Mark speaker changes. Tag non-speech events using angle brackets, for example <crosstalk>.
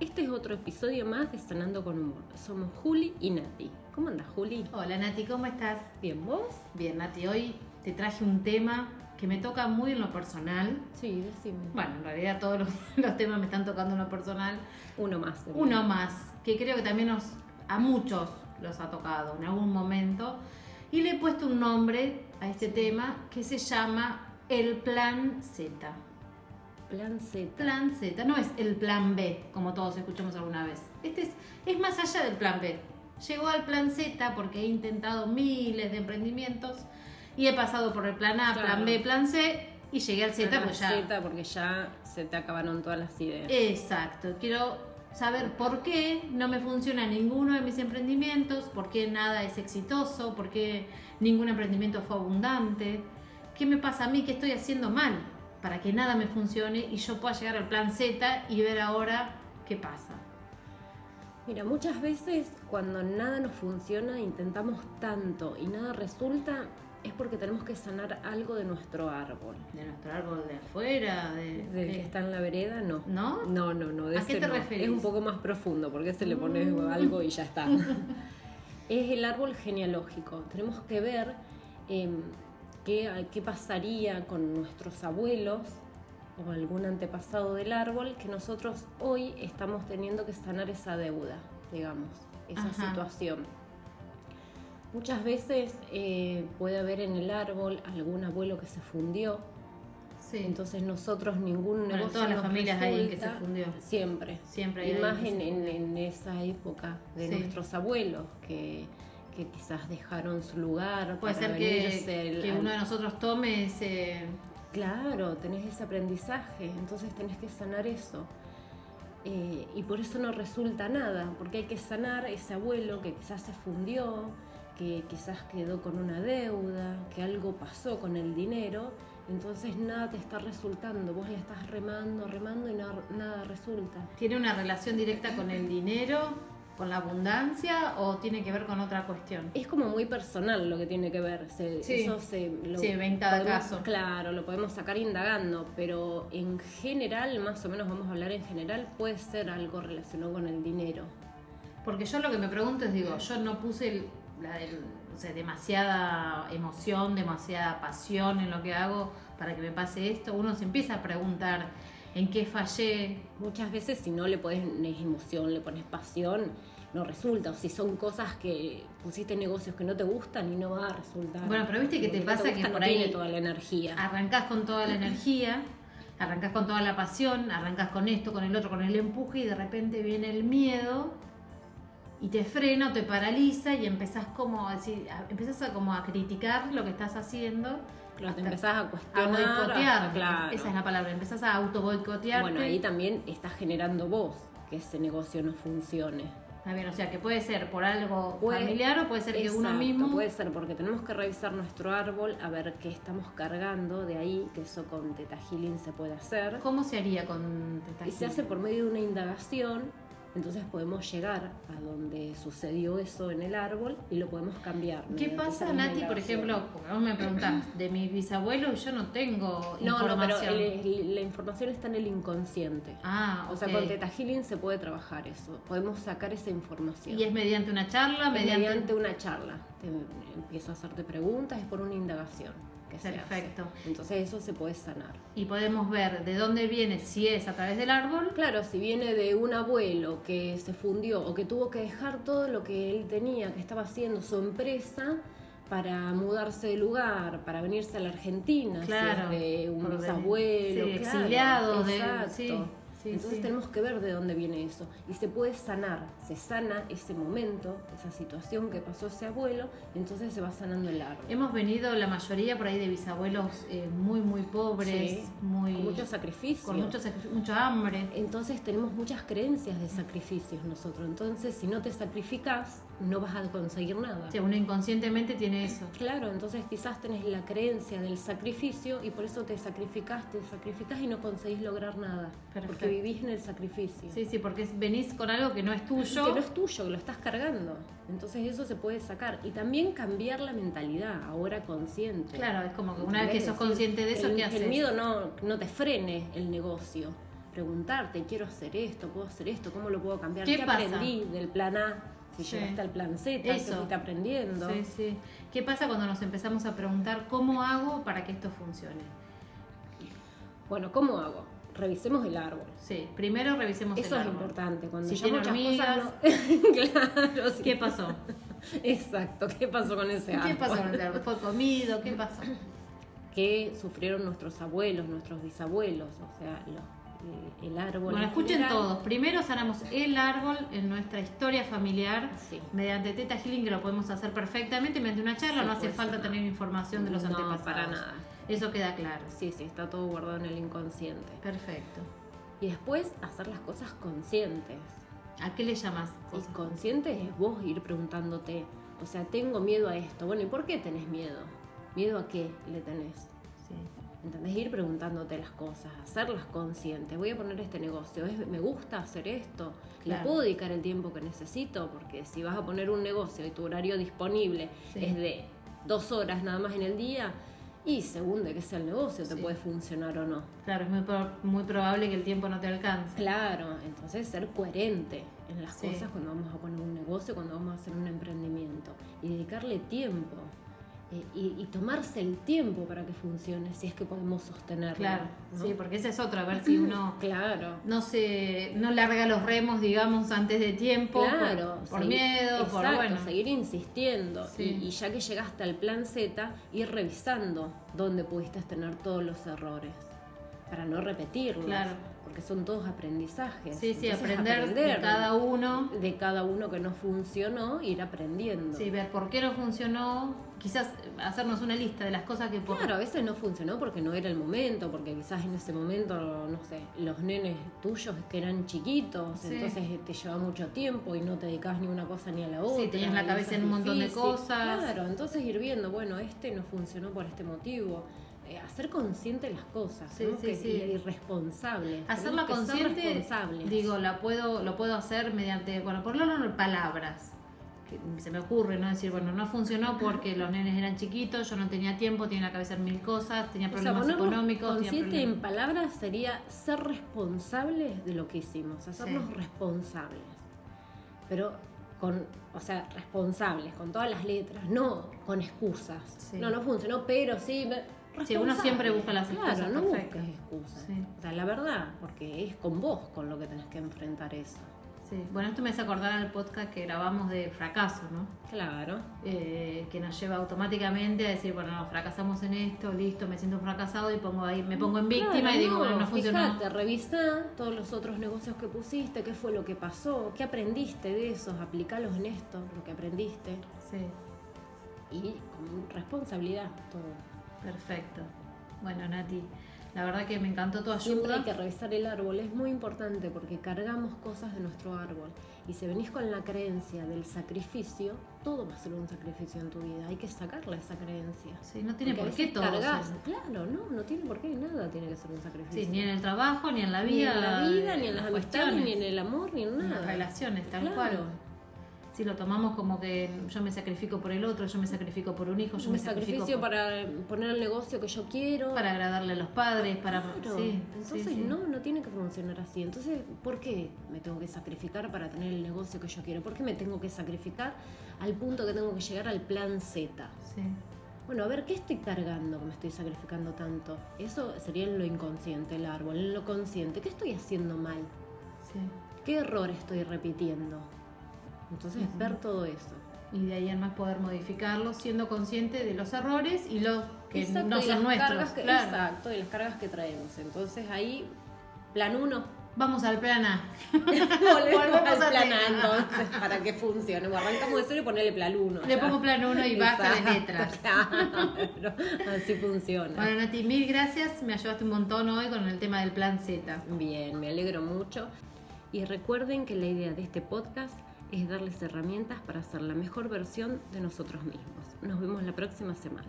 Speaker 1: este otro episodio más de Sonando con Humor. Somos Juli y Nati. ¿Cómo andas, Juli?
Speaker 2: Hola Nati, ¿cómo estás?
Speaker 1: ¿Bien vos?
Speaker 2: Bien Nati, hoy te traje un tema que me toca muy en lo personal.
Speaker 1: Sí, decime.
Speaker 2: Bueno, en realidad todos los, <laughs> los temas me están tocando en lo personal.
Speaker 1: Uno más. de
Speaker 2: Uno más, que creo que también nos, a muchos los ha tocado en algún momento. Y le he puesto un nombre a este tema que se llama el plan Z.
Speaker 1: mi Plan Z.
Speaker 2: Plan Z, no es el plan B, como todos escuchamos alguna vez. Este es, es más allá del plan B. Llegó al plan Z porque he intentado miles de emprendimientos y he pasado por el plan A,
Speaker 1: Claro.
Speaker 2: plan B, plan C y llegué al Z,
Speaker 1: Ah,
Speaker 2: pues ya. Eh.
Speaker 1: Z, porque ya se te acabaron todas las ideas.
Speaker 2: Exacto, quiero saber por qué no me funciona ninguno de mis emprendimientos, por qué nada es exitoso, por qué ningún emprendimiento fue abundante, qué me pasa a mí, qué estoy haciendo mal para que nada me funcione y yo pueda llegar al plan Z y ver ahora qué pasa.
Speaker 1: Mira, muchas veces cuando nada nos funciona, intentamos tanto y nada resulta, es porque tenemos que sanar algo de nuestro árbol.
Speaker 2: De nuestro árbol de afuera, de...
Speaker 1: Del que
Speaker 2: de-
Speaker 1: está en la vereda, no.
Speaker 2: ¿No?
Speaker 1: No, no, no. de
Speaker 2: ¿A qué
Speaker 1: ese
Speaker 2: te
Speaker 1: no.
Speaker 2: referís?
Speaker 1: Es un poco más profundo porque se le pone
Speaker 2: Mm.
Speaker 1: algo y ya
Speaker 2: <laughs>
Speaker 1: está. es el árbol genealógico. Tenemos que ver em, qué, qué pasaría con nuestros abuelos o algún antepasado del árbol que nosotros hoy estamos teniendo que sanar esa deuda, digamos, esa
Speaker 2: Ajá.
Speaker 1: situación. Muchas veces eh, puede haber en el árbol algún abuelo que se fundió,
Speaker 2: Sí,
Speaker 1: entonces nosotros ningún
Speaker 2: Bueno,
Speaker 1: negocio
Speaker 2: todas las
Speaker 1: nos
Speaker 2: familias hay alguien que
Speaker 1: resulta-
Speaker 2: se fundió.
Speaker 1: Siempre.
Speaker 2: siempre hay
Speaker 1: Y más en,
Speaker 2: alguien que se-
Speaker 1: en- en esa época de
Speaker 2: Sí.
Speaker 1: nuestros abuelos que, que quizás dejaron su lugar
Speaker 2: Puede
Speaker 1: para
Speaker 2: ser que,
Speaker 1: venirse el-
Speaker 2: que
Speaker 1: al-
Speaker 2: uno de nosotros tome ese...
Speaker 1: Claro, tenés ese aprendizaje, entonces tenés que sanar eso. Eh, y por eso no resulta nada, porque hay que sanar ese abuelo que quizás se fundió, que quizás quedó con una deuda, que algo pasó con el dinero, entonces nada te está resultando, vos le estás remando, remando y no- nada resulta.
Speaker 2: ¿Tiene una relación directa con el dinero, con la abundancia o tiene que ver con otra cuestión?
Speaker 1: Es como muy personal lo que tiene que ver. se-
Speaker 2: Sí.
Speaker 1: Eso se lo
Speaker 2: Sí, ven cada
Speaker 1: podemos-
Speaker 2: caso.
Speaker 1: Claro, lo podemos sacar indagando, pero en general, más o menos vamos a hablar en general, puede ser algo relacionado con el dinero.
Speaker 2: Porque yo lo que me pregunto es, digo, yo no puse el- la del- o sea, demasiada emoción, demasiada pasión en lo que hago para que me pase esto. Uno se empieza a preguntar en qué fallé.
Speaker 1: Muchas veces si no le pones emoción, le pones pasión, no resulta. O si son cosas que pusiste negocios que no te gustan y no va a resultar.
Speaker 2: Bueno, pero viste que
Speaker 1: Lo
Speaker 2: te
Speaker 1: no
Speaker 2: pasa que
Speaker 1: gusta no
Speaker 2: por ahí-
Speaker 1: tiene toda la energía.
Speaker 2: Arrancás con toda la energía, arrancás con toda la pasión, arrancás con esto, con el otro, con el empuje y de repente viene el miedo y te frena o te paraliza y empezás como a decir, a- empezás a como a criticar lo que estás haciendo.
Speaker 1: Claro, te
Speaker 2: hasta-
Speaker 1: empezás a
Speaker 2: a
Speaker 1: cuestionar.
Speaker 2: boicotear.
Speaker 1: hasta- claro.
Speaker 2: Esa es la palabra, empezás a auto boicotear.
Speaker 1: Bueno, ahí también estás generando vos que ese negocio no funcione.
Speaker 2: también. O sea, que puede ser por algo
Speaker 1: Puede-
Speaker 2: familiar o puede ser que uno
Speaker 1: Exacto,
Speaker 2: mismo.
Speaker 1: Puede ser, porque tenemos que revisar nuestro árbol a ver qué estamos cargando de ahí, que eso con Teta Healing se puede hacer.
Speaker 2: ¿Cómo se haría con Teta
Speaker 1: Y se
Speaker 2: Healing?
Speaker 1: hace por medio de una indagación, entonces podemos llegar a donde sucedió eso en el árbol y lo podemos cambiar.
Speaker 2: ¿Qué
Speaker 1: mediante
Speaker 2: pasa,
Speaker 1: esa misma
Speaker 2: Nati, por
Speaker 1: indagación.
Speaker 2: ejemplo? Porque vos me preguntás, de mi bisabuelo yo no tengo
Speaker 1: No, no, pero eh,
Speaker 2: información.
Speaker 1: el- el- la información está en el inconsciente.
Speaker 2: Ah,
Speaker 1: O sea,
Speaker 2: ok.
Speaker 1: con Teta Healing se puede trabajar eso, podemos sacar esa información.
Speaker 2: Y es mediante una charla,
Speaker 1: Es
Speaker 2: mediante.
Speaker 1: mediante una charla. Te- empiezo a hacerte preguntas, es por una indagación. Que se hace.
Speaker 2: Perfecto.
Speaker 1: Entonces eso se puede sanar.
Speaker 2: Y podemos ver de dónde viene, si es a través del árbol.
Speaker 1: Claro, si viene de un abuelo que se fundió o que tuvo que dejar todo lo que él tenía, que estaba haciendo su empresa, para mudarse de lugar, para venirse a la Argentina, si
Speaker 2: Claro.
Speaker 1: es de un
Speaker 2: Por de-
Speaker 1: bisabuelo,
Speaker 2: sí,
Speaker 1: claro,
Speaker 2: exiliado, de-
Speaker 1: exacto.
Speaker 2: sí, sí,
Speaker 1: Entonces
Speaker 2: sí.
Speaker 1: tenemos que ver de dónde viene eso. Y se puede sanar, se sana ese momento, esa situación que pasó ese abuelo, entonces se va sanando el árbol.
Speaker 2: Hemos venido la mayoría por ahí de bisabuelos eh, muy, muy pobres,
Speaker 1: Sí,
Speaker 2: muy.
Speaker 1: Con mucho sacrificio.
Speaker 2: con mucho, sacrifi- mucho hambre.
Speaker 1: Entonces tenemos muchas creencias de sacrificios nosotros. Entonces, si no te sacrificas, no vas a conseguir nada.
Speaker 2: O sea, uno inconscientemente tiene eso.
Speaker 1: Claro, entonces quizás tenés la creencia del sacrificio y por eso te sacrificas, te sacrificas y no conseguís lograr nada. Porque
Speaker 2: Perfecto.
Speaker 1: vivís en el sacrificio.
Speaker 2: Sí, sí, porque es- venís con algo que no es tuyo.
Speaker 1: Que no es tuyo, que lo estás cargando. Entonces eso se puede sacar. Y también cambiar la mentalidad, ahora consciente.
Speaker 2: Claro, es como que una vez que
Speaker 1: ¿Entendés?
Speaker 2: sos consciente de eso,
Speaker 1: el,
Speaker 2: ¿qué
Speaker 1: el
Speaker 2: haces?
Speaker 1: miedo no, no te frene el negocio. preguntarte, quiero hacer esto, puedo hacer esto, cómo lo puedo cambiar,
Speaker 2: ¿Qué
Speaker 1: qué,
Speaker 2: pasa?
Speaker 1: aprendí del plan A, si
Speaker 2: Sí.
Speaker 1: llegaste al plan Z,
Speaker 2: Eso.
Speaker 1: qué fuiste aprendiendo.
Speaker 2: Sí, sí. ¿Qué pasa cuando nos empezamos a preguntar cómo hago para que esto funcione?
Speaker 1: Bueno, ¿cómo hago? Revisemos el árbol.
Speaker 2: Sí, primero revisemos
Speaker 1: Eso
Speaker 2: el
Speaker 1: es
Speaker 2: árbol.
Speaker 1: importante. Cuando
Speaker 2: Si
Speaker 1: ya
Speaker 2: tiene
Speaker 1: muchas
Speaker 2: hormigas.
Speaker 1: cosas no- <laughs> claro, sí.
Speaker 2: ¿Qué pasó?
Speaker 1: Exacto, ¿qué pasó con ese árbol?
Speaker 2: ¿Qué pasó con el árbol? ¿Fue comido? ¿Qué pasó?
Speaker 1: que sufrieron nuestros abuelos, nuestros bisabuelos, o sea, lo- eh, el árbol.
Speaker 2: Bueno,
Speaker 1: en
Speaker 2: escuchen
Speaker 1: general.
Speaker 2: todos. Primero sanamos el árbol en nuestra historia familiar
Speaker 1: Sí.
Speaker 2: mediante Teta Healing, que lo podemos hacer perfectamente mediante una charla.
Speaker 1: Sí,
Speaker 2: no hace
Speaker 1: pues,
Speaker 2: falta
Speaker 1: no.
Speaker 2: tener información de los
Speaker 1: No,
Speaker 2: antepasados.
Speaker 1: para nada.
Speaker 2: Eso queda claro.
Speaker 1: Sí, sí, está todo guardado en el inconsciente.
Speaker 2: Perfecto.
Speaker 1: Y después hacer las cosas conscientes.
Speaker 2: ¿A qué le llamas?
Speaker 1: Y conscientes es vos ir preguntándote, o sea, tengo miedo a esto. Bueno, ¿y por qué tenés miedo? ¿Miedo a qué le tenés?
Speaker 2: Sí.
Speaker 1: ¿Entendés? Ir preguntándote las cosas, hacerlas conscientes. Voy a poner este negocio, ¿es- ¿me gusta hacer esto?
Speaker 2: Claro.
Speaker 1: ¿Le puedo dedicar el tiempo que necesito? Porque si vas a poner un negocio y tu horario disponible
Speaker 2: Sí.
Speaker 1: es de dos horas nada más en el día, y según de qué sea el negocio, te
Speaker 2: Sí.
Speaker 1: puede funcionar o no.
Speaker 2: Claro, es muy, pro- muy probable que el tiempo no te alcance.
Speaker 1: Claro, entonces ser coherente en las
Speaker 2: Sí.
Speaker 1: cosas cuando vamos a poner un negocio, cuando vamos a hacer un emprendimiento y dedicarle tiempo eh, y, y tomarse el tiempo para que funcione si es que podemos sostenerlo.
Speaker 2: Claro,
Speaker 1: ¿no?
Speaker 2: sí, porque esa es otra. A ver si uno
Speaker 1: <clears throat> Claro.
Speaker 2: no se no larga los remos, digamos, antes de tiempo. por-
Speaker 1: Claro,
Speaker 2: Por,
Speaker 1: seguir-
Speaker 2: miedo, por
Speaker 1: exacto,
Speaker 2: bueno.
Speaker 1: seguir insistiendo
Speaker 2: Sí.
Speaker 1: y, y ya que llegaste al plan Z, ir revisando dónde pudiste tener todos los errores para no repetirlos,
Speaker 2: Claro.
Speaker 1: porque son todos aprendizajes.
Speaker 2: Sí, sí,
Speaker 1: Entonces,
Speaker 2: aprender, de cada uno.
Speaker 1: de cada uno que no funcionó, ir aprendiendo.
Speaker 2: Sí, ver por qué no funcionó. Quizás eh, hacernos una lista de las cosas que por
Speaker 1: Claro, a veces no funcionó porque no era el momento, porque quizás en ese momento, no sé, los nenes tuyos que eran chiquitos,
Speaker 2: Sí.
Speaker 1: entonces eh, te llevaba mucho tiempo y no te dedicabas ni una cosa ni a la otra.
Speaker 2: tenías la
Speaker 1: y
Speaker 2: cabeza
Speaker 1: eso
Speaker 2: en
Speaker 1: es
Speaker 2: un montón de
Speaker 1: difícil.
Speaker 2: cosas.
Speaker 1: Claro, entonces ir viendo, bueno, este no funcionó por este motivo. Eh, hacer consciente las cosas,
Speaker 2: Sí,
Speaker 1: tenemos
Speaker 2: sí,
Speaker 1: que-
Speaker 2: sí.
Speaker 1: y- y responsables,
Speaker 2: Hacerla
Speaker 1: tenemos que ser
Speaker 2: consciente,
Speaker 1: responsables.
Speaker 2: digo, la puedo, lo puedo hacer mediante, bueno, por lo menos palabras. Que se me ocurre, ¿no? Decir, bueno, no funcionó porque los nenes eran chiquitos, yo no tenía tiempo, tenía la cabeza en mil cosas, tenía
Speaker 1: O sea,
Speaker 2: problemas
Speaker 1: ponernos
Speaker 2: económicos, tenía
Speaker 1: consciente en
Speaker 2: problemas-
Speaker 1: palabras sería ser responsables de lo que hicimos, hacernos
Speaker 2: Sí.
Speaker 1: responsables. Pero con, o sea, responsables, con todas las letras, no con excusas.
Speaker 2: Sí.
Speaker 1: No, no funcionó, pero sí. me-
Speaker 2: Sí, uno
Speaker 1: responsables.
Speaker 2: siempre busca las excusas,
Speaker 1: Claro, no
Speaker 2: perfecto.
Speaker 1: busques excusas.
Speaker 2: Sí.
Speaker 1: O sea, la verdad, porque es con vos con lo que tenés que enfrentar eso.
Speaker 2: Sí. Bueno, esto me hace acordar al podcast que grabamos de fracaso, ¿no?
Speaker 1: Claro.
Speaker 2: Eh, que nos lleva automáticamente a decir, bueno, no, fracasamos en esto, listo, me siento fracasado y pongo ahí, me pongo en víctima
Speaker 1: Claro,
Speaker 2: y digo, bueno, no funcionó.
Speaker 1: Fíjate, revisa todos los otros negocios que pusiste, qué fue lo que pasó, qué aprendiste de esos, aplicalos en esto, lo que aprendiste.
Speaker 2: Sí.
Speaker 1: Y con responsabilidad todo.
Speaker 2: Perfecto. Bueno, Nati, la verdad que me encantó tu
Speaker 1: Siempre hay
Speaker 2: ayuda.
Speaker 1: que revisar el árbol, es muy importante porque cargamos cosas de nuestro árbol. Y si venís con la creencia del sacrificio, todo va a ser un sacrificio en tu vida. Hay que sacarla esa creencia.
Speaker 2: Sí, no
Speaker 1: Porque
Speaker 2: tiene
Speaker 1: a
Speaker 2: por qué
Speaker 1: veces
Speaker 2: todo.
Speaker 1: cargas-
Speaker 2: ser-
Speaker 1: Claro, no, no tiene por qué nada, tiene que ser un
Speaker 2: Sí,
Speaker 1: sacrificio.
Speaker 2: ni en el trabajo, ni en la vida. eh,
Speaker 1: Ni en la vida, ni en las amistades,
Speaker 2: cuestiones,
Speaker 1: ni en el amor, ni en
Speaker 2: ni en las
Speaker 1: nada.
Speaker 2: relaciones, tal
Speaker 1: Claro.
Speaker 2: cual. Si lo tomamos como que yo me sacrifico por el otro, yo me sacrifico por un hijo, yo
Speaker 1: un
Speaker 2: me
Speaker 1: sacrificio
Speaker 2: sacrifico por-
Speaker 1: para poner el negocio que yo quiero.
Speaker 2: para agradarle a los padres, para...
Speaker 1: Claro.
Speaker 2: Sí,
Speaker 1: Entonces
Speaker 2: sí, sí.
Speaker 1: no, no tiene que funcionar así. Entonces, ¿por qué me tengo que sacrificar para tener el negocio que yo quiero? ¿Por qué me tengo que sacrificar al punto que tengo que llegar al plan Z?
Speaker 2: Sí.
Speaker 1: Bueno, a ver, ¿qué estoy cargando que me estoy sacrificando tanto? Eso sería en lo inconsciente, el árbol, en lo consciente. ¿Qué estoy haciendo mal?
Speaker 2: sí.
Speaker 1: ¿Qué error estoy repitiendo? Entonces,
Speaker 2: Ujú.
Speaker 1: ver todo eso.
Speaker 2: Y de ahí en más poder modificarlo, siendo consciente de los errores y los que
Speaker 1: Exacto,
Speaker 2: no
Speaker 1: y las
Speaker 2: son nuestros.
Speaker 1: cargas que-
Speaker 2: claro.
Speaker 1: Exacto, y las cargas que traemos. Entonces ahí, plan
Speaker 2: <laughs>
Speaker 1: uno, <laughs>
Speaker 2: Vamos al plan A.
Speaker 1: volvemos,
Speaker 2: Volvemos
Speaker 1: al
Speaker 2: a
Speaker 1: plan A
Speaker 2: hacer.
Speaker 1: entonces para que funcione. O arrancamos de cero y ponele plan uno.
Speaker 2: Le
Speaker 1: ya.
Speaker 2: pongo plan uno y baja de
Speaker 1: Exacto,
Speaker 2: letras.
Speaker 1: <laughs> claro. así funciona.
Speaker 2: Bueno, Nati, mil gracias. Me ayudaste un montón hoy con el tema del plan Z.
Speaker 1: Bien, me alegro mucho. Y recuerden que la idea de este podcast es darles herramientas para ser la mejor versión de nosotros mismos. Nos vemos la próxima semana.